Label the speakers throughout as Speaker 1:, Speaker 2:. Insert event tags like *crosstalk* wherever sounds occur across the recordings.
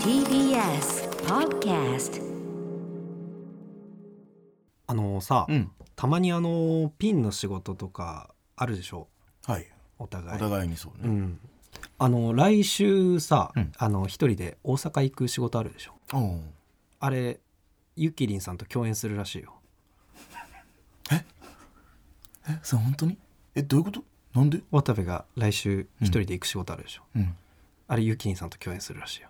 Speaker 1: TBS Podcast
Speaker 2: あのさ、
Speaker 3: うん
Speaker 2: たまにあのピンの仕事とかあるでしょ
Speaker 3: はい
Speaker 2: お互
Speaker 3: お
Speaker 2: い
Speaker 3: 互いにそう
Speaker 2: う
Speaker 3: ね、
Speaker 2: んあの来週さ、
Speaker 3: うん
Speaker 2: あの一人で大阪行く仕事あるでしょ
Speaker 3: おう
Speaker 2: あれゆきりんさんと共演するらしいよ
Speaker 3: えそれ本当にえどういうことなんで
Speaker 2: 渡部が来週一人で行く仕事あるでしょ、
Speaker 3: うん
Speaker 2: あれゆきりんさんと共演するらしいよ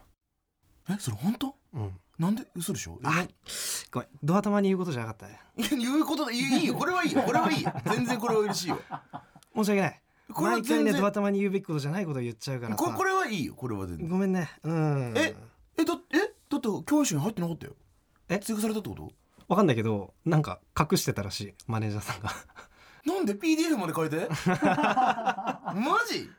Speaker 3: えそれ本当
Speaker 2: うん
Speaker 3: なんで嘘でしょ
Speaker 2: あごめんドア玉に言うことじゃなかったね
Speaker 3: いや言うことだいいいいよこれはいいよこれはいいよ全然これは嬉し *laughs* いよ
Speaker 2: 申し訳ない
Speaker 3: これは
Speaker 2: 毎回ね
Speaker 3: 全然
Speaker 2: ドア玉に言うべきことじゃないことを言っちゃうからさ
Speaker 3: ここれはいいよこれは全然
Speaker 2: ごめんねうん
Speaker 3: ええだえだって教師に入ってなかったよ
Speaker 2: え
Speaker 3: 追加されたってこと
Speaker 2: わかんないけどなんか隠してたらしいマネージャーさんが
Speaker 3: なんで PDF まで変え *laughs* てマジ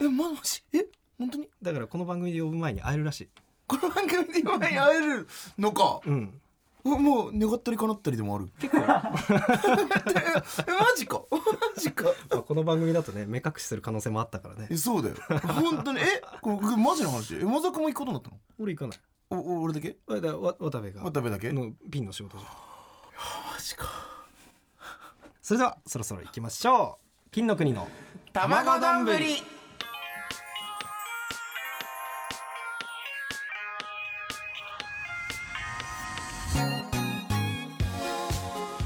Speaker 3: えまマジえ本当に
Speaker 2: だからこの番組で呼ぶ前に会えるらしい
Speaker 3: この番組で今会えるのか
Speaker 2: うん
Speaker 3: もう願ったり叶ったりでもある
Speaker 2: 結構、ま
Speaker 3: ええマジかマジか
Speaker 2: あこの番組だとね目隠しする可能性もあったからね
Speaker 3: えそうだよ本当にえこれマジの話えまさかも行くことになったの
Speaker 2: 俺行かない
Speaker 3: おお俺だけ
Speaker 2: あだからわ渡部が
Speaker 3: 渡部だけ
Speaker 2: のピンの仕事じゃん
Speaker 3: マジか
Speaker 2: それではそろそろ行きましょう金の国の
Speaker 3: 卵丼ぶり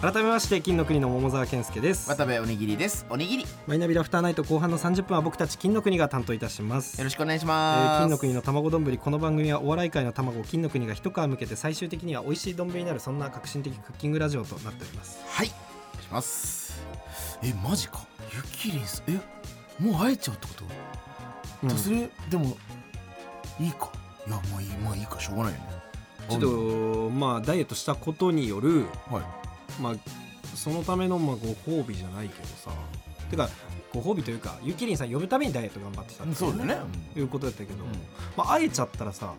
Speaker 2: 改めまして金の国の桃沢健介です
Speaker 3: 渡部おにぎりですおにぎりよ
Speaker 2: マイナビラフターナイト後半の30分は僕たち金の国が担当いたします
Speaker 3: ろしくお願いし
Speaker 2: えー
Speaker 3: ます
Speaker 2: 金の国の卵丼ぶりこの番組はお笑い界の卵を金の国が一皮むけて最終的には美味しい丼になるそんな革新的クッキングラジオとなっております
Speaker 3: はいお願いしますえマジかゆきりんさんえもう会えちゃうってこと、
Speaker 2: うん
Speaker 3: それでもいいかいやもういいもういいかしょうがないよね
Speaker 2: ちょっとまあダイエットしたことによる
Speaker 3: はい
Speaker 2: まあそのためのまあご褒美じゃないけどさてかご褒美というかゆきりんさん呼ぶためにダイエット頑張ってたってい
Speaker 3: そうだよね、
Speaker 2: いうことだったけど、
Speaker 3: うん
Speaker 2: まあ会えちゃったらさ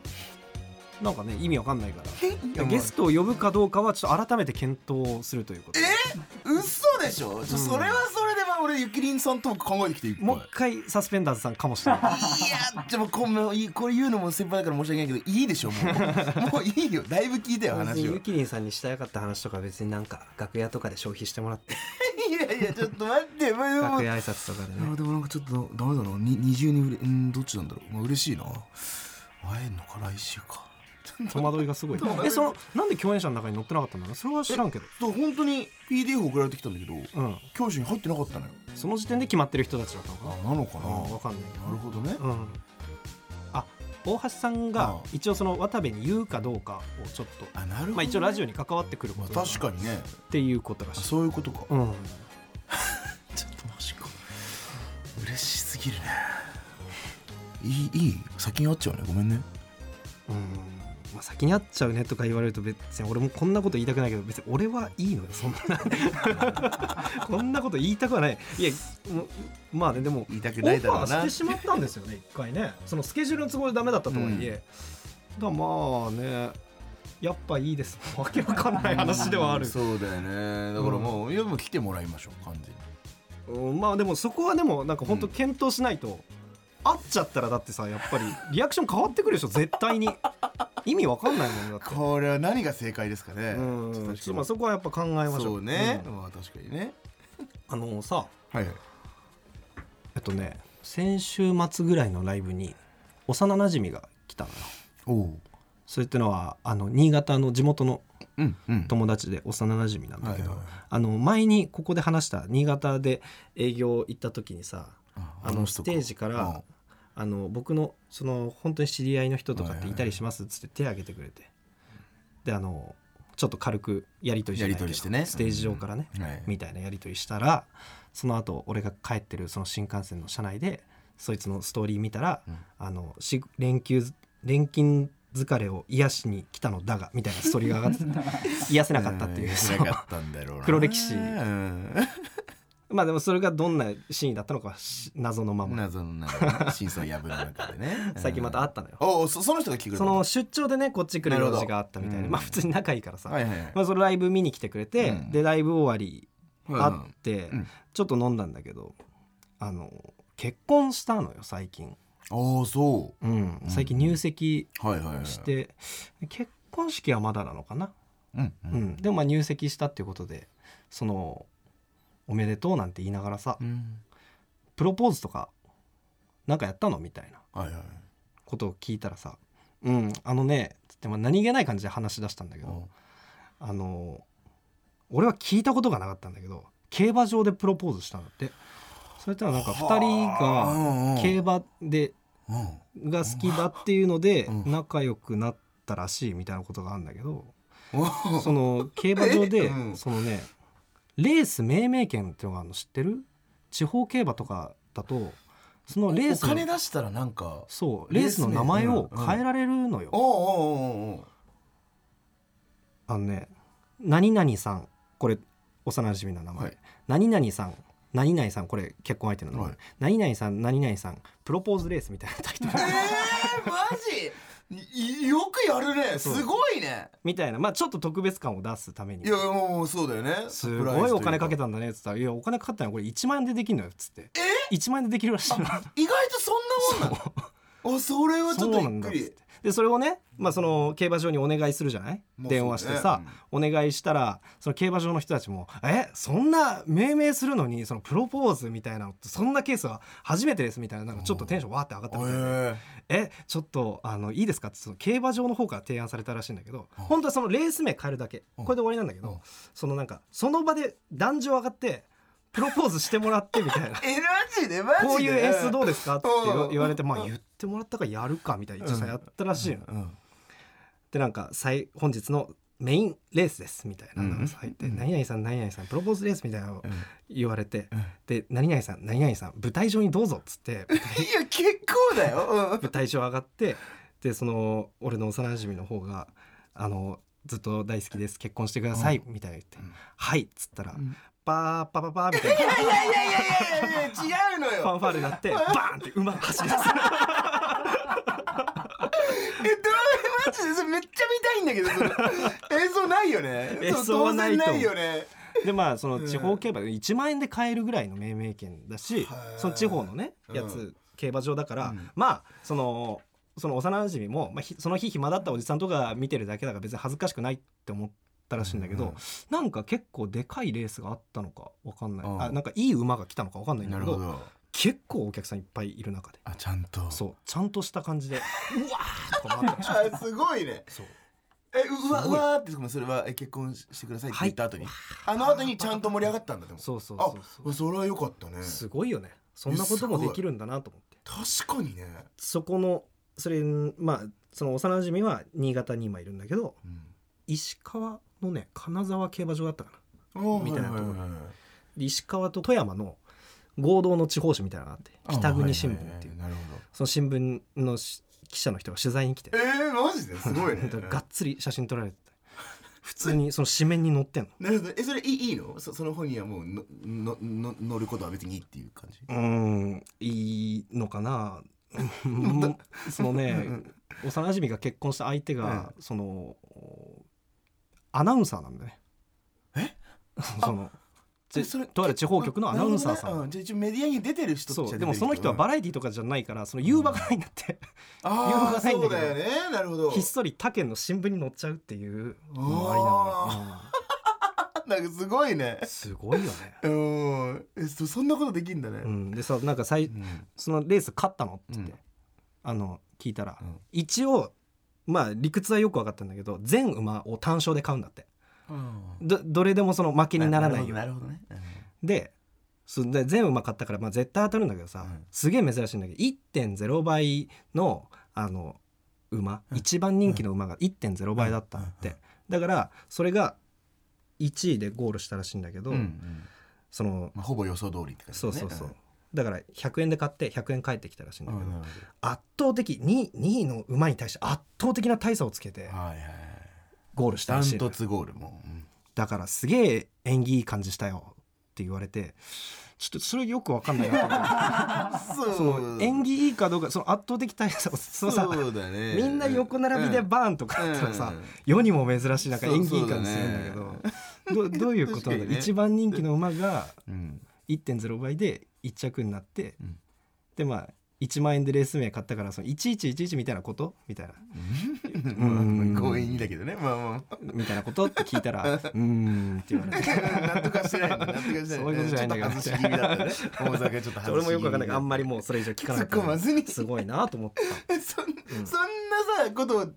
Speaker 2: なんかね意味わかんないから
Speaker 3: いや
Speaker 2: ゲストを呼ぶかどうかはちょっと改めて検討するということで
Speaker 3: 嘘でしょちょ
Speaker 2: うん
Speaker 3: それはそれでまあ俺ゆきりんさんとも考えてきていっぱい
Speaker 2: もう一回サスペンダーズさんかもしれない
Speaker 3: いやでもこもういいこれ言うのも先輩だから申し訳ないけどいいでしょも
Speaker 2: *laughs*
Speaker 3: うもういいよだいぶ聞いたよ
Speaker 2: 別に
Speaker 3: 話を
Speaker 2: ゆきりんさんにしたかった話とか別になんか楽屋とかで消費してもらって
Speaker 3: いやいやちょっと待ってもうもう
Speaker 2: 楽屋挨拶とかで
Speaker 3: い
Speaker 2: ね
Speaker 3: やでもなんかちょっとダメだなに二重にうれうんどっちなんだろう、まあ、嬉しいな会えんのか来週か
Speaker 2: 戸惑いがすごいえそのなんで共演者の中に載ってなかったんだろうそれは知らんけど
Speaker 3: そう本当に PDF 送られてきたんだけど
Speaker 2: うん
Speaker 3: 教師に入ってなかったのよ
Speaker 2: その時点で決まってる人たちだったのかな
Speaker 3: あなのかな
Speaker 2: あ分かんない
Speaker 3: なるほどね
Speaker 2: ど、うん、あ大橋さん
Speaker 3: あ
Speaker 2: が
Speaker 3: あ
Speaker 2: 一応その渡部に言うかどうかをちょっと
Speaker 3: あなるほど、ね
Speaker 2: まあ一応ラジオに関わってくるこ
Speaker 3: まあ
Speaker 2: と
Speaker 3: 確か
Speaker 2: に
Speaker 3: にね
Speaker 2: っていうことら
Speaker 3: あ
Speaker 2: しい
Speaker 3: そういうことか、
Speaker 2: うん
Speaker 3: ちょっとマジか嬉しすぎるねいいいい先に会っちゃうねごめんね
Speaker 2: うんまあ、先に会っちゃうねとか言われると別に俺もこんなこと言いたくないけど別に俺はいいのよそんな
Speaker 3: *laughs*
Speaker 2: こんなこと言いたくはないいやもうまあねでも
Speaker 3: 言いた
Speaker 2: オ
Speaker 3: く
Speaker 2: ファーしてしまったんですよね一回ねそのスケジュールの都合でダメだったとはいえ、だからまあねやっぱいいですわけわかんない話ではある、
Speaker 3: そうだよねだからもう、いやもう来てもらいましょう完全に
Speaker 2: うんまあでもそこはでもなんか本当検討しないと、会っちゃったらだってさやっぱりリアクション変わってくるでしょ絶対に意味わかんないもんだって
Speaker 3: これは何が正解ですかね
Speaker 2: うん
Speaker 3: ち
Speaker 2: ち
Speaker 3: ょっと確
Speaker 2: ょ
Speaker 3: か
Speaker 2: っと
Speaker 3: に
Speaker 2: まあそこはやっぱ考えましょう
Speaker 3: そうね、
Speaker 2: うん
Speaker 3: まあ確かにね
Speaker 2: あのさ
Speaker 3: はいはい
Speaker 2: えっとね先週末ぐらいのライブに幼なじみが来たのよ
Speaker 3: おう
Speaker 2: それってのはあの新潟の地元の
Speaker 3: うんうん
Speaker 2: 友達で幼なじみなんだけど、
Speaker 3: はいはいはい
Speaker 2: あの前にここで話した新潟で営業行った時にさ
Speaker 3: あ
Speaker 2: あのステージから、あの僕のその本当に知り合いの人とかっていたりしますっつって手挙げてくれてであのちょっと軽くやり取りじゃないけど
Speaker 3: やりとりしてね
Speaker 2: ステージ上からね、
Speaker 3: うんはい
Speaker 2: みたいなやり取りしたらその後俺が帰ってるその新幹線の車内でそいつのストーリー見たら、
Speaker 3: うん
Speaker 2: あのし連休連勤疲れを癒しに来たのだがみたいなストーリーが上がって
Speaker 3: *laughs*
Speaker 2: て癒せなかったっていううんそう
Speaker 3: 辛かったんだろうな
Speaker 2: 黒歴史
Speaker 3: うん
Speaker 2: まあでもそれがどんなシーンだったのかはし謎のまま
Speaker 3: 謎のなんか真相破る中で *laughs* ね
Speaker 2: 最近また会ったのよ
Speaker 3: おうそその人が来てくれた
Speaker 2: その出張でねこっち来る用
Speaker 3: なる
Speaker 2: 事
Speaker 3: ほど
Speaker 2: があったみたいで、
Speaker 3: うん
Speaker 2: まあ普通に仲いいからさ、
Speaker 3: はいはいはい
Speaker 2: まあ、そのライブ見に来てくれて、
Speaker 3: うん
Speaker 2: でライブ終わり
Speaker 3: はい
Speaker 2: 会って、
Speaker 3: うん
Speaker 2: ちょっと飲んだんだけどあの結婚したのよ最近
Speaker 3: ああそ
Speaker 2: うん、最近入籍
Speaker 3: うはいはいはい
Speaker 2: して、結婚式はまだなのかな、
Speaker 3: うんう
Speaker 2: うんん、でもまあ入籍したっていうことでそのおめでとうなんて言いながらさ、
Speaker 3: うん
Speaker 2: プロポーズとかなんかやったのみたいな
Speaker 3: はいはい
Speaker 2: ことを聞いたらさ「うんあのね」つってまあ何気ない感じで話し出したんだけど、あの俺は聞いたことがなかったんだけど競馬場でプロポーズしたんだってそれとはなんか2人が
Speaker 3: が
Speaker 2: 競馬で
Speaker 3: うん
Speaker 2: が好きだっていうので
Speaker 3: うん
Speaker 2: 仲良くなったらしいみたいなことがあるんだけど
Speaker 3: お
Speaker 2: その競馬場
Speaker 3: *laughs* え
Speaker 2: で
Speaker 3: うん
Speaker 2: そのねレース命名権っていうのがあるの知ってる地方競馬とかだとそのレー
Speaker 3: お
Speaker 2: スの
Speaker 3: 金出したらなんか
Speaker 2: そうレースの名前を変えられるのよ。
Speaker 3: おうおうおうおう
Speaker 2: あのね何々さんこれ幼馴染の名前、
Speaker 3: はい
Speaker 2: 何々さん何々さんこれ結婚相手の名前、
Speaker 3: はい
Speaker 2: 何々さん何々さんプロポーズレースみたいなタイトル *laughs*
Speaker 3: えー、マジいよくやるね
Speaker 2: そう
Speaker 3: すごいね
Speaker 2: みたいなまあちょっと特別感を出すために
Speaker 3: いやもうそうだよね
Speaker 2: すごいお金かけ
Speaker 3: た
Speaker 2: たんだねっつったら「いやお金かかったのこれ1万円でできるのよ」っつって1万円でできるらしいの
Speaker 3: 意外とそんなもんなのあそれはち
Speaker 2: そ
Speaker 3: ょ
Speaker 2: う
Speaker 3: っと
Speaker 2: な
Speaker 3: び
Speaker 2: ん
Speaker 3: っ
Speaker 2: だ
Speaker 3: く
Speaker 2: っつ
Speaker 3: り
Speaker 2: ってでそれをね、まあ、その競馬場にお願いするじゃない、
Speaker 3: まあ
Speaker 2: 電話してさ、お願いしたらその競馬場の人たちも「えそんな命名するのにそのプロポーズみたいなのってそんなケースは初めてです」みたいななんかちょっとテンションわーって上がったみたいで
Speaker 3: え
Speaker 2: えちょっとあのいいですか?」ってその競馬場の方から提案されたらしいんだけど本当はそのレース名変えるだけ
Speaker 3: うん
Speaker 2: これで終わりなんだけ
Speaker 3: うん
Speaker 2: どそのなんかその場で壇上上がってプロポーズしてもらってみたいな
Speaker 3: ー、。え *laughs* マジでマジで
Speaker 2: こういう演出どうですかって言わ
Speaker 3: うん
Speaker 2: 言われて、まあ、言ってもらったからやるかみたいな一応さやったらしいの、
Speaker 3: うん
Speaker 2: でなんか最本日のメインレースですみたいな
Speaker 3: うん
Speaker 2: なんかさ入って、
Speaker 3: うん
Speaker 2: 何々さん何々さんプロポーズレースみたいなのを
Speaker 3: うん
Speaker 2: 言われて、
Speaker 3: うん
Speaker 2: で何々さん何々さん舞台上にどうぞっつって
Speaker 3: いや結構だよ、
Speaker 2: 舞台上上がってでその俺の幼馴染の方があのずっと大好きです結婚してくださいみたいな言って、
Speaker 3: ん
Speaker 2: はいっつったら、
Speaker 3: うん
Speaker 2: パーパパパーみたいな
Speaker 3: いやいやいやいやいや違うの
Speaker 2: ファ
Speaker 3: よ
Speaker 2: ンファーレになってバーンって馬が走り出す
Speaker 3: えどうマジでそれめっちゃ見たいんだけどそ *laughs* れ映像ない
Speaker 2: *laughs*
Speaker 3: よね
Speaker 2: 映像
Speaker 3: そう当然
Speaker 2: ないと思う
Speaker 3: ないよね
Speaker 2: でまあその地方競馬で1万円で買えるぐらいの命名権だし、その地方のね
Speaker 3: うん
Speaker 2: やつ競馬場だから、
Speaker 3: うん
Speaker 2: まあそのその幼馴染も、まあ、ひその日暇だったおじさんとか見てるだけだから別に恥ずかしくないって思ったらしいんだけど、
Speaker 3: うんうん
Speaker 2: なんか結構でかいレースがあったのかわかんない、
Speaker 3: うん
Speaker 2: あなんかいい馬が来たのかわかんないんだ
Speaker 3: な
Speaker 2: け
Speaker 3: る
Speaker 2: ど
Speaker 3: ほど
Speaker 2: 結構お客さんいっぱいいる中で
Speaker 3: あちゃんと
Speaker 2: そうちゃんとした
Speaker 3: *laughs*
Speaker 2: 感じでうわーとか回ってました
Speaker 3: あすごいね
Speaker 2: そう
Speaker 3: えうわ
Speaker 2: す
Speaker 3: う
Speaker 2: ごい
Speaker 3: わーってそれはえ結婚してくださいって言った後に、
Speaker 2: はい
Speaker 3: あの後にちゃんと盛り上がったんだでも
Speaker 2: そうそうそうそう
Speaker 3: あそれは良かったね
Speaker 2: すごいよねそんなこともできるんだなと思って。
Speaker 3: 確かにね、
Speaker 2: そこのそれまあその幼馴染は新潟に今いるんだけど石川のね金沢競馬場だったかな
Speaker 3: うん
Speaker 2: みたいなところ
Speaker 3: はいはいはい
Speaker 2: で石川と富山の合同の地方紙みたいなのがあって
Speaker 3: あ
Speaker 2: 北国新聞っていう
Speaker 3: はははなる
Speaker 2: その新聞のし記者の人が取材に来て
Speaker 3: ほどえー、マジ
Speaker 2: *laughs*
Speaker 3: ですごいね
Speaker 2: だからがっつり写真撮られてて普通にその紙面に載ってんの
Speaker 3: なるほどえそれいいいいのそその本にはもうののの乗ることは別にいいっていう感じ
Speaker 2: うーんいいのかなうんそのね幼馴染が結婚した相手が、そのアナウンサーなんだね
Speaker 3: え
Speaker 2: そのち
Speaker 3: えそれ
Speaker 2: とある地方局のアナウンサーさ
Speaker 3: なるほどね
Speaker 2: ん、
Speaker 3: うんじゃあ一応メディアに出てる人っち
Speaker 2: そ
Speaker 3: ゃ
Speaker 2: う
Speaker 3: 出てる
Speaker 2: でもその人はバラエティーとかじゃないからその言う場がないんだって、言う
Speaker 3: あ
Speaker 2: の
Speaker 3: あ
Speaker 2: がないんだ
Speaker 3: そ
Speaker 2: けど
Speaker 3: うだよねなるほ
Speaker 2: *laughs*
Speaker 3: ど
Speaker 2: ひっそり他県の新聞に載っちゃうっていうのもありながら、
Speaker 3: *laughs* なんかすごいね
Speaker 2: うんすごいよね、
Speaker 3: うんえそそんなことできんだね、
Speaker 2: うん、でさなんか最
Speaker 3: うん
Speaker 2: そのレース勝ったのって言って、
Speaker 3: うん
Speaker 2: あの聞いたら、
Speaker 3: うん
Speaker 2: 一応まあ理屈はよく分かったんだけど全馬を単勝で買うんだってどどれでもその負けにならないよう
Speaker 3: な
Speaker 2: に
Speaker 3: るほどね
Speaker 2: でそで全馬買ったから、まあ、絶対当たるんだけどさ、
Speaker 3: うん
Speaker 2: すげえ珍しいんだけど1.0倍のあの馬、
Speaker 3: うん
Speaker 2: 一番人気の馬が1.0倍だったんだって、だからそれが1位でゴールしたらしいんだけど、
Speaker 3: うんうん
Speaker 2: その
Speaker 3: まあ、ほぼ予想通りって感じ
Speaker 2: そ
Speaker 3: だ
Speaker 2: う
Speaker 3: ね
Speaker 2: そうそう、
Speaker 3: ん
Speaker 2: だから100円で買って100円返ってきたらしいんだ
Speaker 3: う
Speaker 2: け
Speaker 3: ん
Speaker 2: ど、
Speaker 3: なる
Speaker 2: 圧倒的に2位の馬に対して圧倒的な大差をつけて
Speaker 3: ほどはいはいはい
Speaker 2: ゴールした
Speaker 3: ダ
Speaker 2: ら
Speaker 3: ン
Speaker 2: しいの
Speaker 3: トツゴールも、うん
Speaker 2: だからすげえ縁起いい感じしたよって言われてちょっとそれよくわかんないなと思って
Speaker 3: そう
Speaker 2: その縁起いいかどうかその圧倒的大差をそのさ
Speaker 3: そうだね
Speaker 2: みんな横並びでバーンとかやったらさ、
Speaker 3: うん
Speaker 2: 世にも珍しいなんか縁起いい感じ
Speaker 3: そ
Speaker 2: す
Speaker 3: う
Speaker 2: るんだけどどどういうことなんだ、
Speaker 3: 確かにね
Speaker 2: 一番人気の馬が
Speaker 3: うん
Speaker 2: 1.0倍で1着になって、
Speaker 3: うん
Speaker 2: でまあ1万円でレース名買ったからその1111みたいなことみたいな
Speaker 3: うん強引にだけどねまあまあ
Speaker 2: みたいなことって聞いた *laughs* らうーんって言われて
Speaker 3: 納得はし
Speaker 2: *laughs*
Speaker 3: て *laughs* ないんだ納得はしてない
Speaker 2: そういうことじゃないんだけど
Speaker 3: ちょっと外し気味
Speaker 2: *laughs*
Speaker 3: だったね大阪がちょっと外し気
Speaker 2: *laughs*
Speaker 3: 味
Speaker 2: 俺もよくわかんないけどあんまりもうそれ以上聞かない
Speaker 3: 突っ込まずに
Speaker 2: すごいなと思って
Speaker 3: *laughs* そんそんなさことを *laughs*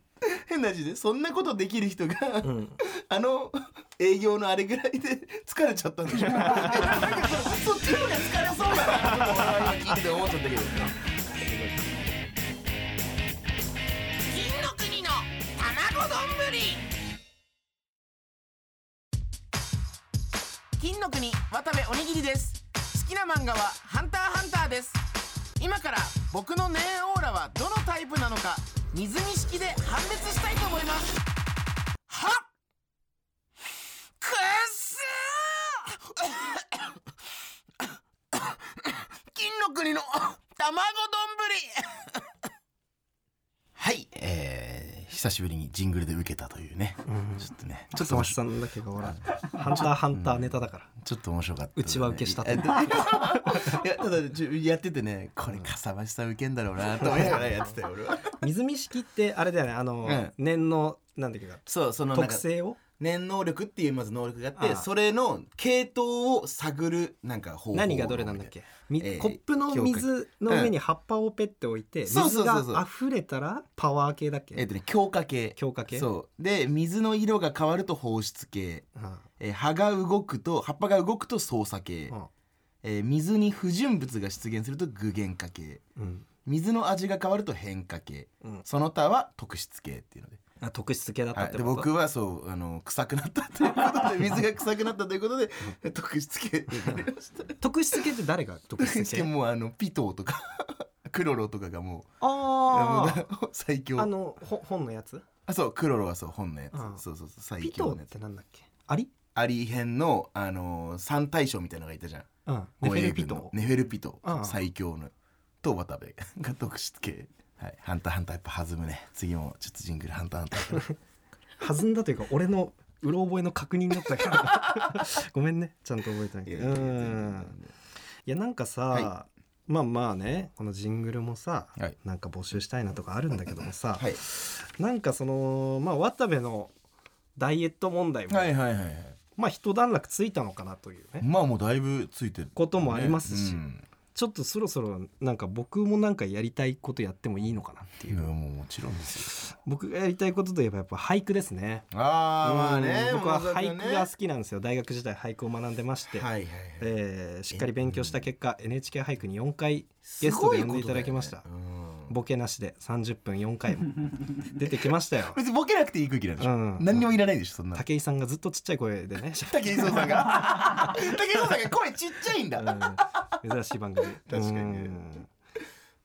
Speaker 3: 変な話でそんなことできる人が、
Speaker 2: た、うん、
Speaker 3: あの営業のあれぐらいで疲れちゃった
Speaker 2: *laughs*
Speaker 3: んでしょなんかそそっちの方が疲れそうだな今聞いてて思っちゃったけど
Speaker 4: 金の国の卵丼ぶり金の国渡部おにぎりです好きな漫画はハンターハンターです今から僕のネーオーラはどのタイプなのか水見式で判別したいと思いますはっくっそー金の
Speaker 3: *laughs*
Speaker 4: 国の卵丼ぶり
Speaker 3: はいえー、久しぶりにジングルで受けたというね、ちょっとねち
Speaker 2: ちょ
Speaker 3: ょ
Speaker 2: っと
Speaker 3: っと
Speaker 2: お
Speaker 3: 面
Speaker 2: じ
Speaker 3: 白
Speaker 2: さんだけどほらハンターハンターネタだから、
Speaker 3: ちょっと面白かった、
Speaker 2: うちは受けしたって
Speaker 3: え *laughs* だいやただちょやっててねこれかさばしさ受けんだろうなと思いながらやってたよ俺は
Speaker 2: 水見式ってあれだよねあの、
Speaker 3: うん
Speaker 2: 念のなんだっけど
Speaker 3: そうそのなん
Speaker 2: 特
Speaker 3: か
Speaker 2: 性を
Speaker 3: 念能力っていうまず能力があって
Speaker 2: ああ
Speaker 3: それの系統を探るなんか方法
Speaker 2: 何がどれなんだっけ、み
Speaker 3: えー
Speaker 2: コップの水の上に葉っぱをペッて置いて、
Speaker 3: そうそ
Speaker 2: 水
Speaker 3: うそ
Speaker 2: が
Speaker 3: うそう
Speaker 2: 溢れたらパワー系だっけ、
Speaker 3: えっとね強化系
Speaker 2: 強化系
Speaker 3: そうで水の色が変わると放出系、
Speaker 2: うん
Speaker 3: えー葉が動くと葉っぱが動くと操作系、えー水に不純物が出現すると具現化系
Speaker 2: うん
Speaker 3: 水の味が変わると変化系、
Speaker 2: うん
Speaker 3: その他は特質系っていうので,、
Speaker 2: あ特質系だった
Speaker 3: は
Speaker 2: っ
Speaker 3: い、
Speaker 2: て
Speaker 3: で
Speaker 2: こと、
Speaker 3: 僕はそうあの臭くなったということ *laughs* で水が臭くなったということで *laughs* 特質系ってなりま *laughs* した
Speaker 2: 特質系って誰が特
Speaker 3: 特
Speaker 2: 質
Speaker 3: 質系
Speaker 2: 系
Speaker 3: もうあのピトーとか *laughs* クロロとかがもう
Speaker 2: あー
Speaker 3: もう *laughs* 最強
Speaker 2: あのほ本のやつ
Speaker 3: あそうクロロはそう本のやつ、
Speaker 2: うん
Speaker 3: そうそうそう最
Speaker 2: ピ
Speaker 3: 強
Speaker 2: ト
Speaker 3: の
Speaker 2: ー
Speaker 3: や
Speaker 2: っ
Speaker 3: つ
Speaker 2: てなんだっけアリ
Speaker 3: アリ編の、あのー三大将みたいなのがいたじゃん
Speaker 2: うんネフェルピ
Speaker 3: 護衛軍の
Speaker 2: トー
Speaker 3: ネフェルピト
Speaker 2: ああ
Speaker 3: 最強のと渡部が特質系はいハンターハンターやっぱ弾むね次もちょっとジングルハンターハンタ
Speaker 2: *laughs*
Speaker 3: ー
Speaker 2: 弾んだというか俺のうろ覚えの確認だったから
Speaker 3: *laughs*
Speaker 2: ごめんねちゃんと覚えてない
Speaker 3: い
Speaker 2: け
Speaker 3: やい
Speaker 2: ど
Speaker 3: や
Speaker 2: う
Speaker 3: 全然
Speaker 2: んいやなんかさ、
Speaker 3: は
Speaker 2: まあまあねこのジングルもさ、
Speaker 3: はい
Speaker 2: なんか募集したいなとかあるんだけどもさ、
Speaker 3: はい
Speaker 2: なんかそのまあ渡部のダイエット問題も、
Speaker 3: はいはいはいはい
Speaker 2: まあ一段落ついたのかなというね
Speaker 3: まあもうだいぶついてる、
Speaker 2: こともありますし
Speaker 3: うん
Speaker 2: ちょっとそろそろなんか僕もなんかやりたいことやってもいいのかなって
Speaker 3: い
Speaker 2: いう
Speaker 3: やもうもちろんですよ
Speaker 2: 僕がやりたいことといえばやっぱ俳句ですね
Speaker 3: ああまあね
Speaker 2: うん僕は
Speaker 3: もう
Speaker 2: 俳
Speaker 3: ね
Speaker 2: 句が好きなんですよ大学時代俳句を学んでまして、
Speaker 3: はいはいはい
Speaker 2: えーしっかり勉強した結果 NHK 俳句に4回ゲストで呼んでいただきました、
Speaker 3: すごいことだよねうん
Speaker 2: ボケなしで30分4回
Speaker 3: *laughs*
Speaker 2: も出てきましたよ
Speaker 3: 別にボケなくていい空気なんでしょ、
Speaker 2: うん
Speaker 3: 何にもいらないでしょそんなの
Speaker 2: 武井さんがずっとちっちゃい声でね
Speaker 3: 武井壮さ
Speaker 2: *laughs*
Speaker 3: んが武井壮さんが声ちっちゃいんだ、 *laughs*
Speaker 2: うん珍しい番組
Speaker 3: かに
Speaker 2: うん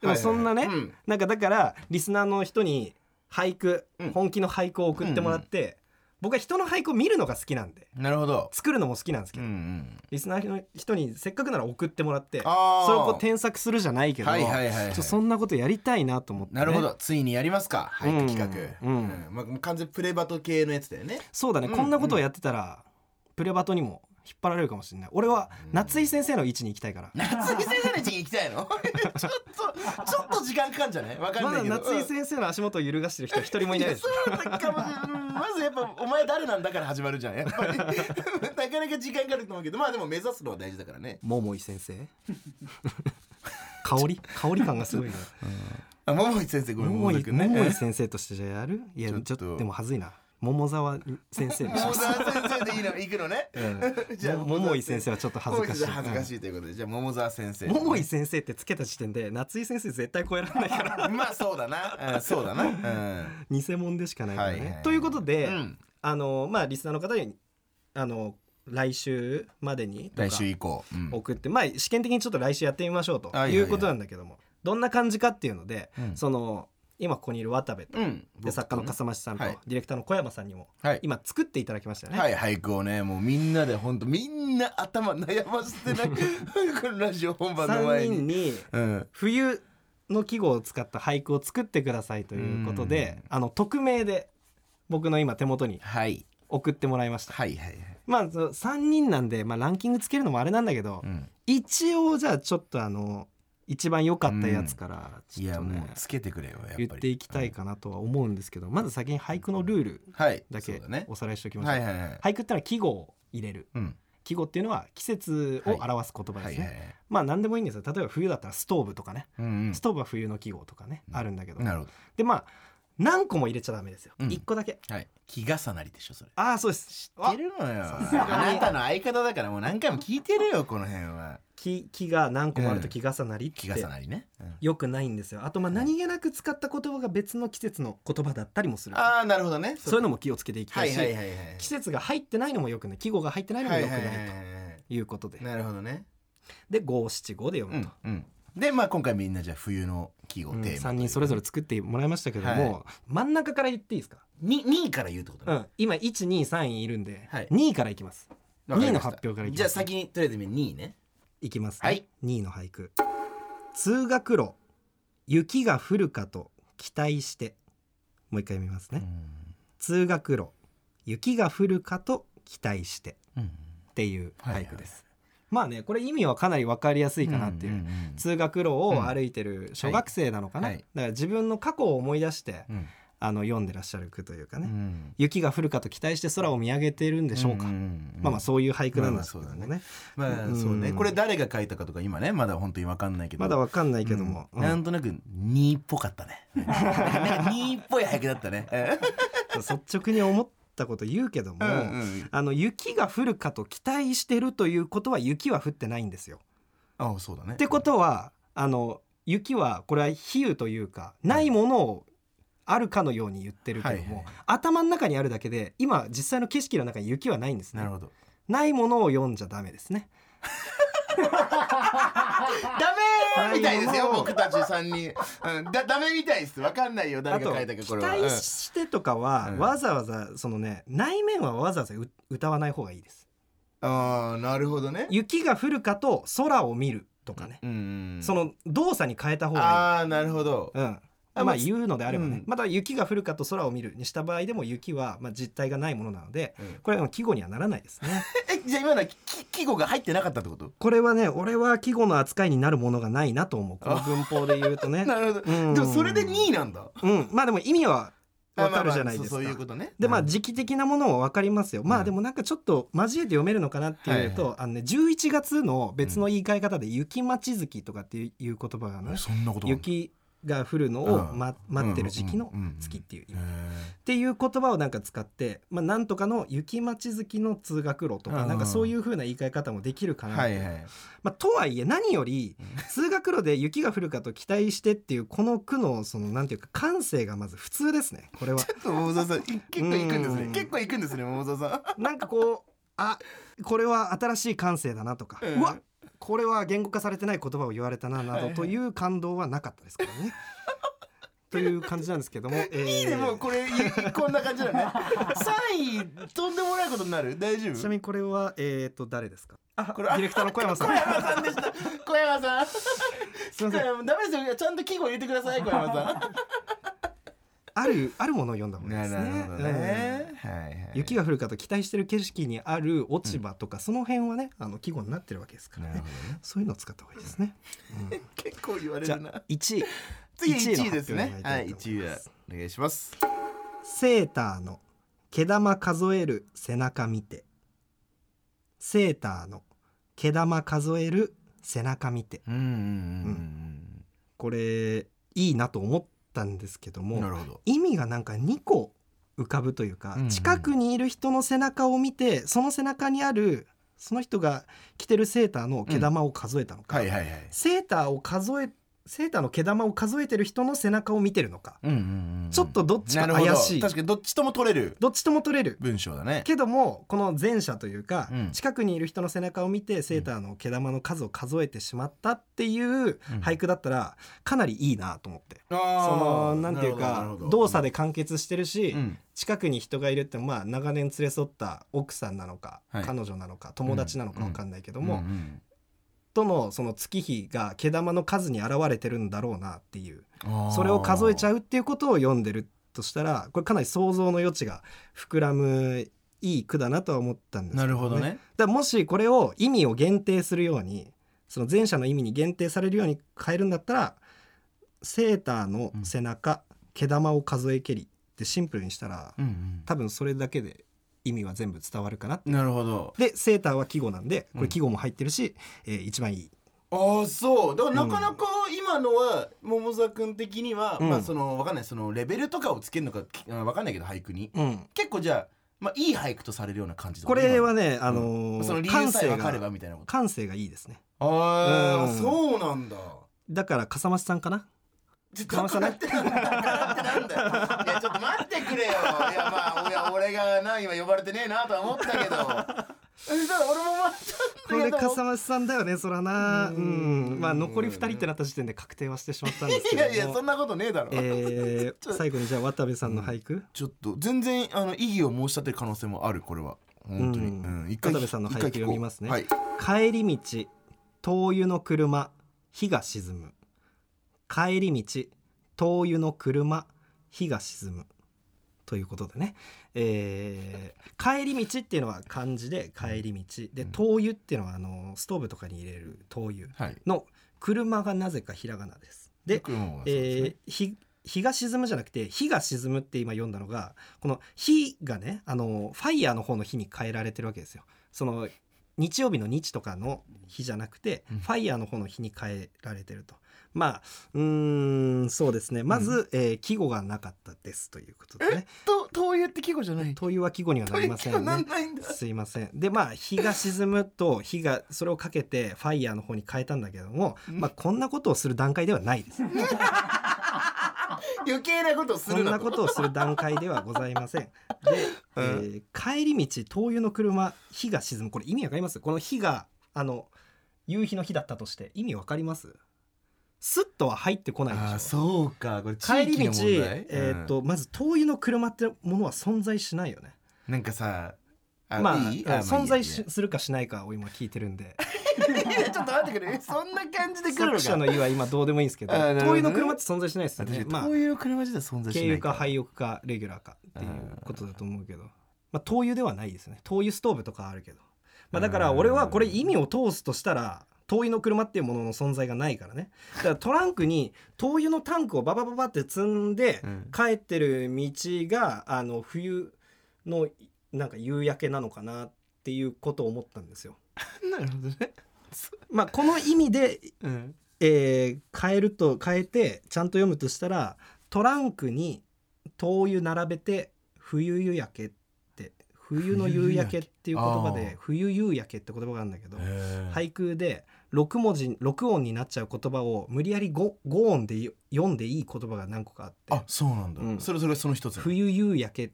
Speaker 2: でもそんなね、
Speaker 3: はいはいはいうん
Speaker 2: なんかだからリスナーの人に俳句、
Speaker 3: うん
Speaker 2: 本気の俳句を送ってもらって、僕は人の俳句を見るのが好きなんで
Speaker 3: なるほど
Speaker 2: 作るのも好きなんですけ
Speaker 3: うん
Speaker 2: ど、
Speaker 3: うん
Speaker 2: リスナーの人にせっかくなら送ってもらってそれ
Speaker 3: あー
Speaker 2: をこう添削するじゃないけど、
Speaker 3: はいはいはいはい
Speaker 2: ちょそんなことやりたいなと思って、ね、
Speaker 3: なるほど、ついにやりますか俳句企画、
Speaker 2: う
Speaker 3: うんん
Speaker 2: うん
Speaker 3: まあ、もう完全プレバト系のやつだよね
Speaker 2: そうだね、
Speaker 3: うん
Speaker 2: こんなことをやってたらプレバトにも引っ張られるかもしれない俺は夏井先生の位置に行きたいから、
Speaker 3: 夏井先生の家に行きたいの *laughs* ちょっとちょっと時間かかんじゃないわかん
Speaker 2: ま
Speaker 3: な
Speaker 2: だ
Speaker 3: いけど、
Speaker 2: 夏井先生の足元を揺るがしてる人は一人もいないです
Speaker 3: *laughs* うんそうだかもしれないうんまずやっぱ「お前誰なんだ?」から始まるじゃんやっぱ
Speaker 2: *laughs*
Speaker 3: りなかなか時間かかると思うけどまあでも目指すのは大事だからね
Speaker 2: 桃井先生 *laughs* 香り香り感がすごいな
Speaker 3: あ *laughs* 桃井先生ごめん
Speaker 2: 桃井
Speaker 3: 井君ね
Speaker 2: 桃井先生としてじゃあやるいやち
Speaker 3: ち
Speaker 2: ょ
Speaker 3: ょ
Speaker 2: っ
Speaker 3: っ
Speaker 2: と
Speaker 3: と
Speaker 2: でもはずいな桃沢先生にし
Speaker 3: 桃
Speaker 2: ま
Speaker 3: *laughs* 沢
Speaker 2: す
Speaker 3: 先生でいいの行くのね、
Speaker 2: じゃあ桃井先生はちょっと恥ずかしい
Speaker 3: 桃井先生恥ずかしいということでじゃあ桃沢先生
Speaker 2: 桃井先生ってつけた時点で夏井先生絶対超えられないから
Speaker 3: *laughs* まあそうだな、うんそうだな、うん、
Speaker 2: 偽物でしかないからね、
Speaker 3: はいはい
Speaker 2: ということで、
Speaker 3: うん
Speaker 2: あのまあリスナーの方にあの来週までにとか
Speaker 3: 来週以降、うん
Speaker 2: 送って、まあ試験的にちょっと来週やってみましょうと
Speaker 3: はいはいはい
Speaker 2: いうことなんだけども、どんな感じかっていうので、
Speaker 3: うん
Speaker 2: その今ここにいる渡部と
Speaker 3: うん、
Speaker 2: で作家の笠間さんと、
Speaker 3: はい
Speaker 2: ディレクターの小山さんにも、
Speaker 3: はい
Speaker 2: 今作っていただきましたよね、
Speaker 3: はい俳句をねもうみんなでほんとみんな頭悩ませてな
Speaker 2: *laughs*
Speaker 3: いこのラジオ本番の
Speaker 2: 3
Speaker 3: 前
Speaker 2: 人
Speaker 3: に、
Speaker 2: に
Speaker 3: うん、
Speaker 2: 冬の季語を使った俳句を作ってくださいということであの匿名で僕の今手元に
Speaker 3: はい
Speaker 2: 送ってもらいました、
Speaker 3: はいはいはい
Speaker 2: まあその3人なんで、まあ、ランキングつけるのもあれなんだけど、
Speaker 3: うん
Speaker 2: 一応じゃあちょっとあの一番良かったやつからち
Speaker 3: い
Speaker 2: ょっ
Speaker 3: や
Speaker 2: と
Speaker 3: も
Speaker 2: ね
Speaker 3: うつけてくれよやっぱり
Speaker 2: 言っていきたいかなとは思うんですけどまず先に俳句のルール
Speaker 3: はい
Speaker 2: だ
Speaker 3: そう
Speaker 2: け
Speaker 3: だね
Speaker 2: おさらいしておきましょ
Speaker 3: は
Speaker 2: う
Speaker 3: いはいはい
Speaker 2: 俳句ってのは季語を入れる
Speaker 3: うん
Speaker 2: 季語っていうのは季節を表す言葉
Speaker 3: は
Speaker 2: で
Speaker 3: い
Speaker 2: す
Speaker 3: はいは
Speaker 2: ね
Speaker 3: い
Speaker 2: まあ何でもいいんですよ例えば冬だったらストーブとかね
Speaker 3: うん
Speaker 2: ストーブは冬の季語とかね
Speaker 3: うん
Speaker 2: あるんだけ
Speaker 3: う
Speaker 2: ど
Speaker 3: んなるほ
Speaker 2: でまあ何個も入れちゃダメですよ
Speaker 3: うん
Speaker 2: 一個だけ
Speaker 3: どはい気重なりでしょそれ
Speaker 2: ああそうです
Speaker 3: 知ってるのよ
Speaker 2: さすが
Speaker 3: あなたの相方だからもう何回も聞いてるよこの辺は
Speaker 2: 木木が何個もあると木重なりっ
Speaker 3: 気
Speaker 2: て
Speaker 3: 重なりねうん
Speaker 2: よくないんですよあとまあ何気なく使った言葉が別の季節の言葉だったりもする
Speaker 3: ああなるほどね
Speaker 2: そういうの
Speaker 3: も
Speaker 2: も気をつけていきた
Speaker 3: はいい
Speaker 2: し
Speaker 3: はいはいはい
Speaker 2: 季節が入ってないのもよくない季語が入ってないのも
Speaker 3: はい
Speaker 2: よ
Speaker 3: は
Speaker 2: く
Speaker 3: いは
Speaker 2: ないい
Speaker 3: はい
Speaker 2: ということで
Speaker 3: なるほどね
Speaker 2: で五七五で
Speaker 3: う
Speaker 2: 読む
Speaker 3: ん
Speaker 2: と。
Speaker 3: うんでまあ今回みんなじゃあ冬の季語
Speaker 2: うん、
Speaker 3: テーマ
Speaker 2: 3人それぞれ作ってもらいましたけども、真ん中から言っていいですか、
Speaker 3: に2位から言うってこと
Speaker 2: う
Speaker 3: ね
Speaker 2: ん、今123位いるんで、
Speaker 3: はい
Speaker 2: 2位からいきます
Speaker 3: わかりまし
Speaker 2: 二位の
Speaker 3: た
Speaker 2: 発表からいきます
Speaker 3: じゃあ先にとりあえず2位ね
Speaker 2: いきます、
Speaker 3: はい
Speaker 2: 2位の俳句「通学路雪が降るかと期待して」もう一回見ますね、通学路雪が降るかと期待して」っていう俳句です、まあねこれ意味はかなり分かりやすいかなっていう、通学路を歩いてる小学生なのかな、
Speaker 3: うんはい
Speaker 2: だから自分の過去を思い出して、
Speaker 3: うん
Speaker 2: あの読んでらっしゃる句というかね、
Speaker 3: うん
Speaker 2: 雪が降るかと期待して空を見上げてるんでしょうか、
Speaker 3: んんん
Speaker 2: まあまあそういう俳句なんですけども
Speaker 3: まあ
Speaker 2: ね,、
Speaker 3: ままあそうね
Speaker 2: うん
Speaker 3: これ誰が書いたかとか今ねまだ本当にわかんないけど
Speaker 2: まだわかんないけども、
Speaker 3: うん
Speaker 2: うん
Speaker 3: なんとなく2っぽかったね *laughs* なんか2っぽい俳句だったね
Speaker 2: 率直に思ったこと言うけども、
Speaker 3: うんうん
Speaker 2: あの雪が降るかと期待してるということは雪は降ってないんですよ。
Speaker 3: ああそうだね
Speaker 2: ってことはあの雪はこれは比喩というかないものをあるかのように言ってるけども、
Speaker 3: はいはい
Speaker 2: 頭の中にあるだけで今実際の景色の中に雪はないんですね
Speaker 3: なるほど
Speaker 2: ないものを読んじゃダメですね
Speaker 3: ダメーみたいですよ、
Speaker 2: はい
Speaker 3: 僕たち3人、うん、だダメみたいですわかんないよ
Speaker 2: あ
Speaker 3: 誰
Speaker 2: と
Speaker 3: が書いたか
Speaker 2: 期
Speaker 3: これは、
Speaker 2: 待してとかは、
Speaker 3: うん
Speaker 2: わざわざそのね内面はわざわざう歌わない方がいいです
Speaker 3: うんああなるほどね
Speaker 2: 雪が降るかと空を見るとかね、
Speaker 3: うん
Speaker 2: その動作に変えた方がいい
Speaker 3: ああなるほど
Speaker 2: うん
Speaker 3: あ
Speaker 2: ま
Speaker 3: ま
Speaker 2: あ
Speaker 3: あ
Speaker 2: 言うのであればね、
Speaker 3: うん
Speaker 2: また雪が降るかと空を見るにした場合でも雪はまあ実体がないものなので、
Speaker 3: うん
Speaker 2: これは季語にはならないですね *laughs*
Speaker 3: えじゃあ今のはき季語が入ってなかったってこと
Speaker 2: これはね俺は季語の扱いになるものがないなと思うこの文法で言うとね
Speaker 3: *laughs* なるほどで
Speaker 2: うん
Speaker 3: もそれで2位なんだ
Speaker 2: うんまあでも意味はわかるじゃないですか、
Speaker 3: まあまあそうそういうことね
Speaker 2: でまあ
Speaker 3: うん
Speaker 2: 時期的なものもわかりますよ、まあでもなんかちょっと交えて読めるのかなっていうと、
Speaker 3: は
Speaker 2: あのね11月の別の言い換え方で「雪待ち月」とかっていう言葉がね、
Speaker 3: えそんなことあんの
Speaker 2: 雪が降るのを、
Speaker 3: うん
Speaker 2: ま、待ってる時期の
Speaker 3: うんうんうんうん
Speaker 2: 月っていう意味
Speaker 3: へー
Speaker 2: っていう言葉をなんか使って、まあ、なんとかの雪待ち好きの通学路と
Speaker 3: うん
Speaker 2: か、
Speaker 3: うん
Speaker 2: なんかそういう風な言い換え方もできるかなと。
Speaker 3: はいはい
Speaker 2: まあ、とはいえ何より通学路で雪が降るかと期待してっていうこの句のそのなんていうか感性がまず普通ですねこれは。
Speaker 3: ちょっと桃沢さんい結構行くんです
Speaker 2: う
Speaker 3: ね
Speaker 2: ん
Speaker 3: 結構行くんですね桃沢さ
Speaker 2: なんかこうあこれは新しい感性だなとか、
Speaker 3: う
Speaker 2: うんわこれは言語化されてない言葉を言われたなな
Speaker 3: はいは
Speaker 2: ど
Speaker 3: い
Speaker 2: という感動はなかったですからね。という感じなんですけども、えー
Speaker 3: んいいねもうこれこんな感じ
Speaker 2: *laughs*
Speaker 3: だね3位とんでもないことになる大丈夫
Speaker 2: ちなみにこれはえっ、と誰ですか？あ、
Speaker 3: こ
Speaker 2: こ
Speaker 3: れ
Speaker 2: れディレクターの小山さん。
Speaker 3: 小山さんでした小山さん
Speaker 2: すいません。
Speaker 3: んダメですよちゃんと季語言ってく
Speaker 2: *laughs*
Speaker 3: ださい小山さ
Speaker 2: あるあるものを読んだも
Speaker 3: ん
Speaker 2: んですね。うん
Speaker 3: はいはい
Speaker 2: 雪が降るかと期待してる景色にある落ち葉とか、その辺はねあの季語になってるわけですから
Speaker 3: な
Speaker 2: ね
Speaker 3: るほどね
Speaker 2: そういうのを使った方がいいですね、
Speaker 3: 結構言われ
Speaker 2: じゃ
Speaker 3: るな
Speaker 2: あ1位
Speaker 3: 次
Speaker 2: 一の
Speaker 3: 1位で
Speaker 2: 発
Speaker 3: すね
Speaker 2: 表
Speaker 3: は
Speaker 2: に
Speaker 3: い
Speaker 2: 入りたと思
Speaker 3: 1位
Speaker 2: ま
Speaker 3: は
Speaker 2: す
Speaker 3: お願いします
Speaker 2: セーターの毛玉数える背中見てセーターの毛玉数える背中見て
Speaker 3: うんうん
Speaker 2: うこれいいなと思ったんですけども
Speaker 3: なるほど
Speaker 2: 意味がなんか2個浮かぶというか、
Speaker 3: うんうん
Speaker 2: 近くにいる人の背中を見てその背中にあるその人が着てるセーターの毛玉を数えたのか、
Speaker 3: はいはいはい
Speaker 2: セーターを数えセーターの毛玉を数えてる人の背中を見てるのか
Speaker 3: うんうんうん
Speaker 2: ちょっとどっちか怪しい
Speaker 3: なるほど確かにどっちとも取れる
Speaker 2: どっちとも取れる
Speaker 3: 文章だね
Speaker 2: けどもこの前者というか、
Speaker 3: うん
Speaker 2: 近くにいる人の背中を見てセーターの毛玉の数を数えてしまったっていう俳句だったらかなりいいなと思って。
Speaker 3: そ
Speaker 2: そのなんていうか動作で完結してるし、
Speaker 3: うん
Speaker 2: 近くに人がいるってまあ長年連れ添った奥さんなのか、
Speaker 3: はい
Speaker 2: 彼女なのか友達なのか分かんないけども、
Speaker 3: うんうん
Speaker 2: とのその月日が毛玉の数に表れてるんだろうなっていう
Speaker 3: あー
Speaker 2: それを数えちゃうっていうことを読んでるとしたらこれかなり想像の余地が膨らむいい句だなとは思ったんです
Speaker 3: なるほど
Speaker 2: だか
Speaker 3: ね
Speaker 2: らもしこれを意味を限定するようにその前者の意味に限定されるように変えるんだったらセーターの背中、毛玉を数え蹴りってシンプルにしたら、
Speaker 3: うん
Speaker 2: 多分それだけで意味は全部伝わるかな
Speaker 3: うん、なるほど
Speaker 2: でセーターは季語なんでこれ季語も入ってるし、えー一番いい
Speaker 3: ああそうだからなかなか今のは桃沢君的には、
Speaker 2: うん
Speaker 3: まあそのわかんないそのレベルとかをつけるのかきあわかんないけど俳句に
Speaker 2: うん、
Speaker 3: 結構じゃあ、まあ、いい俳句とされるような感じ
Speaker 2: これは
Speaker 3: ね、
Speaker 2: ね、あ
Speaker 3: あ
Speaker 2: のー
Speaker 3: その理由
Speaker 2: 感
Speaker 3: さえ
Speaker 2: 性
Speaker 3: 分かれば
Speaker 2: が
Speaker 3: みたいなこと
Speaker 2: 感性がいいですね
Speaker 3: ああ、
Speaker 2: うん
Speaker 3: そうなんだ
Speaker 2: だから笠間さんかな
Speaker 3: ちょっと
Speaker 2: かまさな
Speaker 3: だからってなんだよだからってなんだよいやちょっと待ってくれよいやまあおや俺がな今呼ばれてねえなとは思ったけどえだから俺もまあち
Speaker 2: こ
Speaker 3: ょっといや
Speaker 2: れ
Speaker 3: だから
Speaker 2: 笠間さんだよねそらな
Speaker 3: う
Speaker 2: うんんまあ残り2人ってなった時点で確定はしてしまったんですけ
Speaker 3: い
Speaker 2: ど
Speaker 3: や
Speaker 2: も
Speaker 3: いやそんなことねえだろ、 *laughs*
Speaker 2: えー最後にじゃあ渡部さんの俳句、
Speaker 3: ちょっと全然あの意義を申し立てる可能性もあるこれは本当に、
Speaker 2: うん
Speaker 3: うん一
Speaker 2: 渡部さんの
Speaker 3: 一
Speaker 2: 俳句
Speaker 3: 回聞こう
Speaker 2: 読みますね
Speaker 3: はい、
Speaker 2: 帰り道灯油の車火が沈む帰り道灯油の車火が沈むということでね、えー帰り道っていうのは漢字で帰り道で
Speaker 3: うん
Speaker 2: 灯油っていうのはあのストーブとかに入れる灯油
Speaker 3: はい、
Speaker 2: の車がなぜかひらがなです。で、
Speaker 3: これもそうですね
Speaker 2: えー日日が沈むじゃなくて火が沈むって今読んだのがこの火がねあのファイヤーの方の火に変えられてるわけですよ。その日曜日の日とかの日じゃなくて、
Speaker 3: うん
Speaker 2: ファイヤーの方の日に変えられてると。まあうーんそうですねまず、えー季語がなかったですということでね。
Speaker 3: と灯油って季語じゃない
Speaker 2: 灯油は季語にはなりません
Speaker 3: *laughs*
Speaker 2: ね。
Speaker 3: なんないんだ
Speaker 2: すいませんでまあ日が沈むと日がそれをかけてファイヤーの方に変えたんだけども、まあ、こんなことをする段階ではないです
Speaker 3: 余計なことをす
Speaker 2: こ
Speaker 3: る
Speaker 2: ん
Speaker 3: な
Speaker 2: な
Speaker 3: と
Speaker 2: ことをする段階ではございま
Speaker 3: *laughs*
Speaker 2: せんで、えー帰り道灯油の車日が沈むこれ意味わかりますこの日があの夕日の日だったとして意味わかりますスッとは入ってこない
Speaker 3: あ
Speaker 2: で
Speaker 3: ー
Speaker 2: しょ
Speaker 3: そうかこれ地
Speaker 2: 帰り
Speaker 3: 域の
Speaker 2: 道
Speaker 3: 問題、
Speaker 2: えーっとまず灯油の車ってものは存在しないよね
Speaker 3: うんなんかさあ
Speaker 2: まあ
Speaker 3: いい
Speaker 2: うん存在し
Speaker 3: いい
Speaker 2: するかしないかを今聞いて
Speaker 3: *laughs*
Speaker 2: るんで
Speaker 3: いやちょっと待ってくれえそんな感じで来る
Speaker 2: 作
Speaker 3: の
Speaker 2: 者
Speaker 3: か
Speaker 2: の言は今どうでもいいんですけど
Speaker 3: あーなるほど
Speaker 2: 灯
Speaker 3: ね
Speaker 2: 油の車って存在しないですよね
Speaker 3: 私
Speaker 2: まあ
Speaker 3: 灯油の車自体存在し
Speaker 2: 軽
Speaker 3: ない
Speaker 2: 油か廃油かレギュラーかっていうことだと思うけどまあ灯油ではないですね灯油ストーブとかあるけど、まあ、だから俺はこれ意味を通すとしたら灯油の車っていうものの存在がないからねだからトランクに灯油のタンクをババババって積んで
Speaker 3: うん
Speaker 2: 帰ってる道があの冬のなんか夕焼けなのかなっていうことを思ったんですよ。
Speaker 3: なるほどね
Speaker 2: まあ、この意味で
Speaker 3: うん
Speaker 2: えー変えると変えてちゃんと読むとしたらトランクに灯油並べて「冬夕焼け」って「冬の夕焼け」っていう言葉で「冬夕焼け」って言葉があるんだけど
Speaker 3: い
Speaker 2: 俳句で6文字6音になっちゃう言葉を無理やり 5, 5音でよ読んでいい言葉が何個かあっ
Speaker 3: あ
Speaker 2: て
Speaker 3: そうなんだ、
Speaker 2: うん
Speaker 3: それそれその
Speaker 2: 「
Speaker 3: 一つ
Speaker 2: 冬夕焼け」っ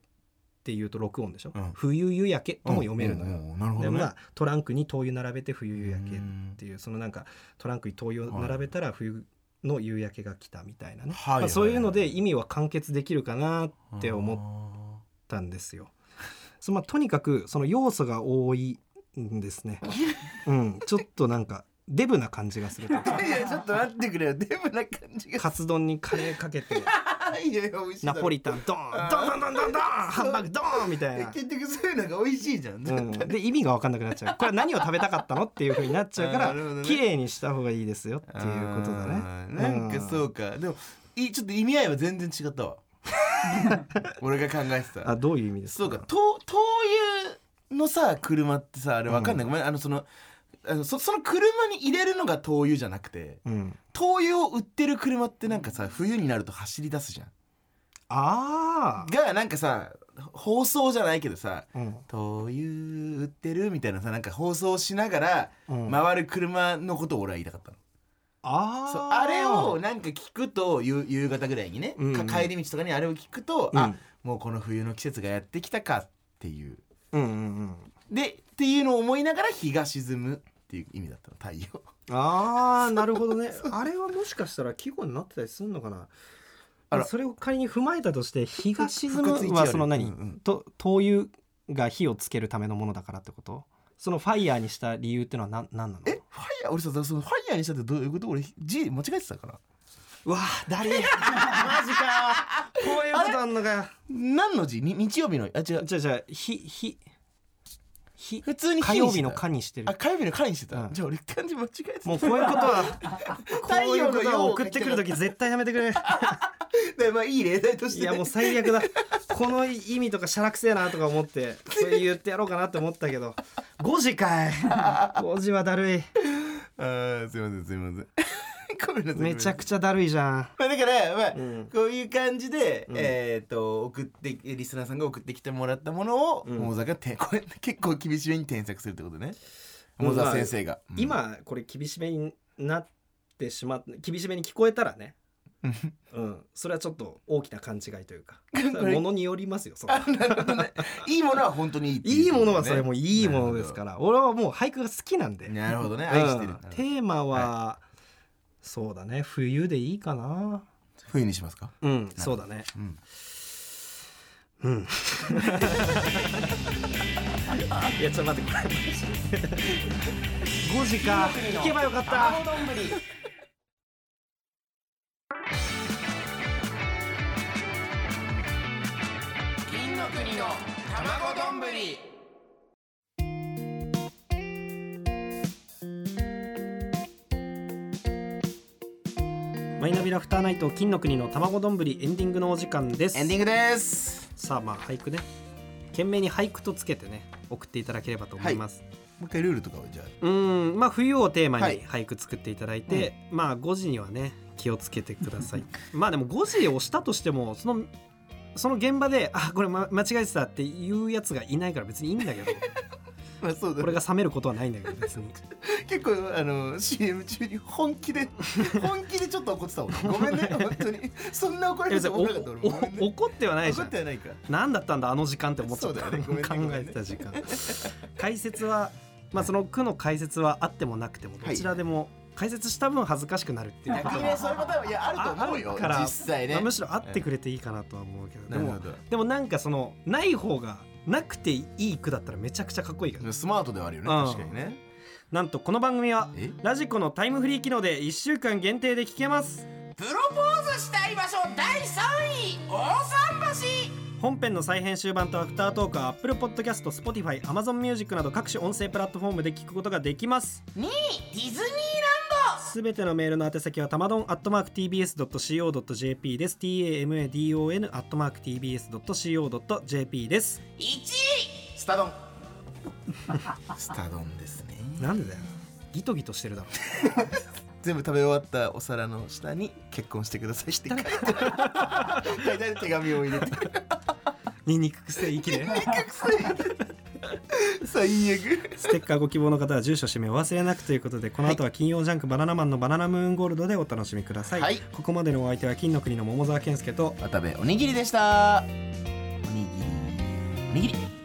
Speaker 2: ていうと6音でしょ
Speaker 3: う
Speaker 2: 「
Speaker 3: ん
Speaker 2: 冬夕焼け」とも読めるの
Speaker 3: う
Speaker 2: よ。
Speaker 3: んうんうんなるほ
Speaker 2: で
Speaker 3: どね
Speaker 2: まあトランクに灯油並べて「冬夕焼け」
Speaker 3: うん
Speaker 2: っていうそのなんかトランクに灯油を並べたら冬の夕焼けが来たみたいなね、
Speaker 3: はいはい
Speaker 2: まあ、そういうので意味は完結できるかなって思っ
Speaker 3: 思
Speaker 2: たんですよ。そのまあ、とにかくその要素が多いんです
Speaker 3: *laughs*
Speaker 2: ね。うん、ちょっとなんかデブな感じがするという
Speaker 3: *laughs*
Speaker 2: か
Speaker 3: いやちょっと待ってくれよデブな感じが
Speaker 2: カツ丼にカレーかけ
Speaker 3: *laughs*
Speaker 2: て
Speaker 3: いやいや美味しいだ
Speaker 2: ナ
Speaker 3: ろ
Speaker 2: ポリタンドーンドンドンドンドンドンハンバーグドーンみ
Speaker 3: *laughs*
Speaker 2: たいな。
Speaker 3: 結局そういうのが美味しいじゃん、
Speaker 2: うん、で意味が分かんなくなっちゃうこれは何を食べたかったのっていうふうになっちゃうか
Speaker 3: *laughs* あーなるほど
Speaker 2: ら
Speaker 3: ね
Speaker 2: 綺麗にした方がいいですよっていうことだ
Speaker 3: あー
Speaker 2: ね。
Speaker 3: なんかそううかでもいちょっと意味合いは全然違っ
Speaker 2: *laughs*
Speaker 3: たわ俺が考えて
Speaker 2: んあ
Speaker 3: た
Speaker 2: どういう意味です
Speaker 3: そうかと灯油のさ車ってさあれわかんない、ごめんあのそのあのそその車に入れるのが灯油じゃなくて
Speaker 2: うん、
Speaker 3: 灯油を売ってる車ってなんかさ冬になると走り出すじゃん
Speaker 2: あ
Speaker 3: がなんかさ放送じゃないけどさ
Speaker 2: あ、うん、
Speaker 3: 灯油売ってるみたいなさなんか放送しながら
Speaker 2: うん
Speaker 3: 回る車のことを俺は言いたかったの、
Speaker 2: あ
Speaker 3: そう
Speaker 2: ー
Speaker 3: あれをなんか聞くと夕夕方ぐらいにね、
Speaker 2: うんうん
Speaker 3: か帰り道とかにあれを聞くと、
Speaker 2: うん
Speaker 3: あもうこの冬の季節がやってきたかっていう
Speaker 2: うんうんうん
Speaker 3: でっていうのを思いながら日が沈むっていう意味だったの太陽
Speaker 2: ああなるほどね *laughs* あれはもしかしたら季語になってたりするのかな
Speaker 3: あ
Speaker 2: あ
Speaker 3: ら
Speaker 2: それを仮に踏まえたとして日が沈む
Speaker 3: ふ復活一あ
Speaker 2: は
Speaker 3: る
Speaker 2: その何、
Speaker 3: うんうん
Speaker 2: と灯油が火をつけるためのものだからってことそのファイヤーにした理由ってのは何何なの
Speaker 3: えファイヤー俺さそのファイヤーにしたってどういうこと俺字間違えてたから
Speaker 2: うわあだり
Speaker 3: *laughs*
Speaker 2: マジかこういうことあんのかよ
Speaker 3: 何の字に日曜日のあ違う
Speaker 2: じゃあじゃあひひひ
Speaker 3: 普通に火
Speaker 2: 火
Speaker 3: にしてた
Speaker 2: 曜日の火にしてる
Speaker 3: あ火曜日の会にしてた、
Speaker 2: うん
Speaker 3: じゃあ俺漢字間違えてた
Speaker 2: もうこういうこと
Speaker 3: *laughs*
Speaker 2: はこういうことは
Speaker 3: を
Speaker 2: 送ってくる時絶対やめてく
Speaker 3: *laughs*
Speaker 2: れ
Speaker 3: でまあいい例題として
Speaker 2: いやもう最悪だこの意味とかしゃらくせえなとか思
Speaker 3: *laughs*
Speaker 2: ってそれ言ってやろうかなって思ったけど5時かい5時はだるい
Speaker 3: あーすいませんすいません *laughs* ごめんなさい
Speaker 2: めちゃ
Speaker 3: ちゃ
Speaker 2: くちゃだるいじゃん
Speaker 3: まあだからまあ、
Speaker 2: うん
Speaker 3: こういう感じで、えっ、と送ってリスナーさんが送ってきてもらったものを、モザがてこれ *laughs* 結構厳しめに添削するってことねモザ先生が、うん
Speaker 2: 今これ厳しめになってしまって厳しめに聞こえたらね
Speaker 3: うん
Speaker 2: うん、それはちょっと大きな勘違いという
Speaker 3: *laughs*
Speaker 2: か
Speaker 3: れ
Speaker 2: ものによりますよそれ
Speaker 3: あ *laughs* なるほどねいいものは本当にいいって
Speaker 2: い
Speaker 3: い
Speaker 2: いうも
Speaker 3: ことね
Speaker 2: のはそれもいいものですから俺はもう俳句が好きなんで、
Speaker 3: なるほどね
Speaker 2: うん
Speaker 3: 愛してる、
Speaker 2: テーマは、そうだね冬でいいかな
Speaker 3: 冬にしますか
Speaker 2: うんそうだね
Speaker 3: うん
Speaker 2: うんいやちょっと待ってこれ5時か行けばよかった
Speaker 4: 金の国の卵丼ぶり
Speaker 2: マイナビラフターナイト金の国の卵丼ぶりエンディングのお時間です
Speaker 3: エンディングです
Speaker 2: さあまあ俳句ね懸命に俳句とつけてね送っていただければと思います、
Speaker 3: もう一回ルールとかをじゃあ
Speaker 2: うーんまあ冬をテーマ
Speaker 3: は
Speaker 2: に
Speaker 3: い
Speaker 2: 俳句作っていただいて、まあ5時にはね気をつけてください *laughs* まあでも5時を押したとしてもそのその現場で「あこれ、ま、間違えてた」っていうやつがいないから別にいいん
Speaker 3: *laughs*
Speaker 2: だけど
Speaker 3: まあそうだ
Speaker 2: これが冷めることはないんだけど
Speaker 3: *laughs*
Speaker 2: 別に
Speaker 3: 結構あの CM 中に本
Speaker 2: *laughs*
Speaker 3: 気で本気でちょっと怒ってたもんごめんね本当にそんな怒ら
Speaker 2: い
Speaker 3: れ
Speaker 2: や
Speaker 3: て
Speaker 2: 別に
Speaker 3: 思わなかった俺
Speaker 2: お
Speaker 3: もごめん
Speaker 2: お
Speaker 3: ね
Speaker 2: 怒ってはないじ
Speaker 3: 怒
Speaker 2: ゃ
Speaker 3: っ
Speaker 2: ん
Speaker 3: てはないか
Speaker 2: 何だったんだあの時間って思っちゃった、
Speaker 3: そうだよねごめん
Speaker 2: *laughs*
Speaker 3: ね
Speaker 2: 考
Speaker 3: ごめ
Speaker 2: え
Speaker 3: んね *laughs*
Speaker 2: てた時間解説はまあその句の解説はあってもなくてもどちらでも解説した分恥ずかしくなるっていうこと
Speaker 3: い
Speaker 2: は、
Speaker 3: いねそういうことはいやあると思う
Speaker 2: ああ
Speaker 3: よ
Speaker 2: るから
Speaker 3: 実際ね
Speaker 2: まあ、むしろあってくれていいかなとは思うけど、
Speaker 3: な
Speaker 2: で
Speaker 3: る
Speaker 2: も
Speaker 3: ほど
Speaker 2: でもなんかそのない方がなくていい句だったらめちゃくちゃかっこいいから、
Speaker 3: スマートではあるよね
Speaker 2: うん
Speaker 3: 確かにね
Speaker 2: なんとこの番組は
Speaker 3: え
Speaker 2: ラジコのタイムフリー機能で1週間限定で聞けます
Speaker 4: プロポーズしたい場所第3位大桟橋
Speaker 2: 本編の再編集版とアフタートークは Apple Podcast、Spotify、AmazonMusic など各種音声プラットフォームで聞くことができます
Speaker 4: 2位ディズニーラン
Speaker 2: すべてのメールの宛先はたまどん @tbs.co.jp です。tamadon @tbs.co.jp です。
Speaker 4: ド1位スタドン
Speaker 3: スタ丼ですね
Speaker 2: なんでだよ。ギトギトしてるだろ。 *laughs*
Speaker 3: 全部食べ終わったお皿の下に結婚してくださいって書いてある書いてある手紙を入
Speaker 2: *laughs*
Speaker 3: れて
Speaker 2: ニンニク癖いきで。
Speaker 3: 最悪
Speaker 2: ステッカーご希望の方は住所氏名を忘れなくということで、この後は金曜ジャンクバナナマンのバナナムーンゴールドでお楽しみください。
Speaker 3: はい
Speaker 2: ここまでのお相手は金の国の桃沢健介と
Speaker 3: 渡部おにぎりでしたおにぎりおにぎり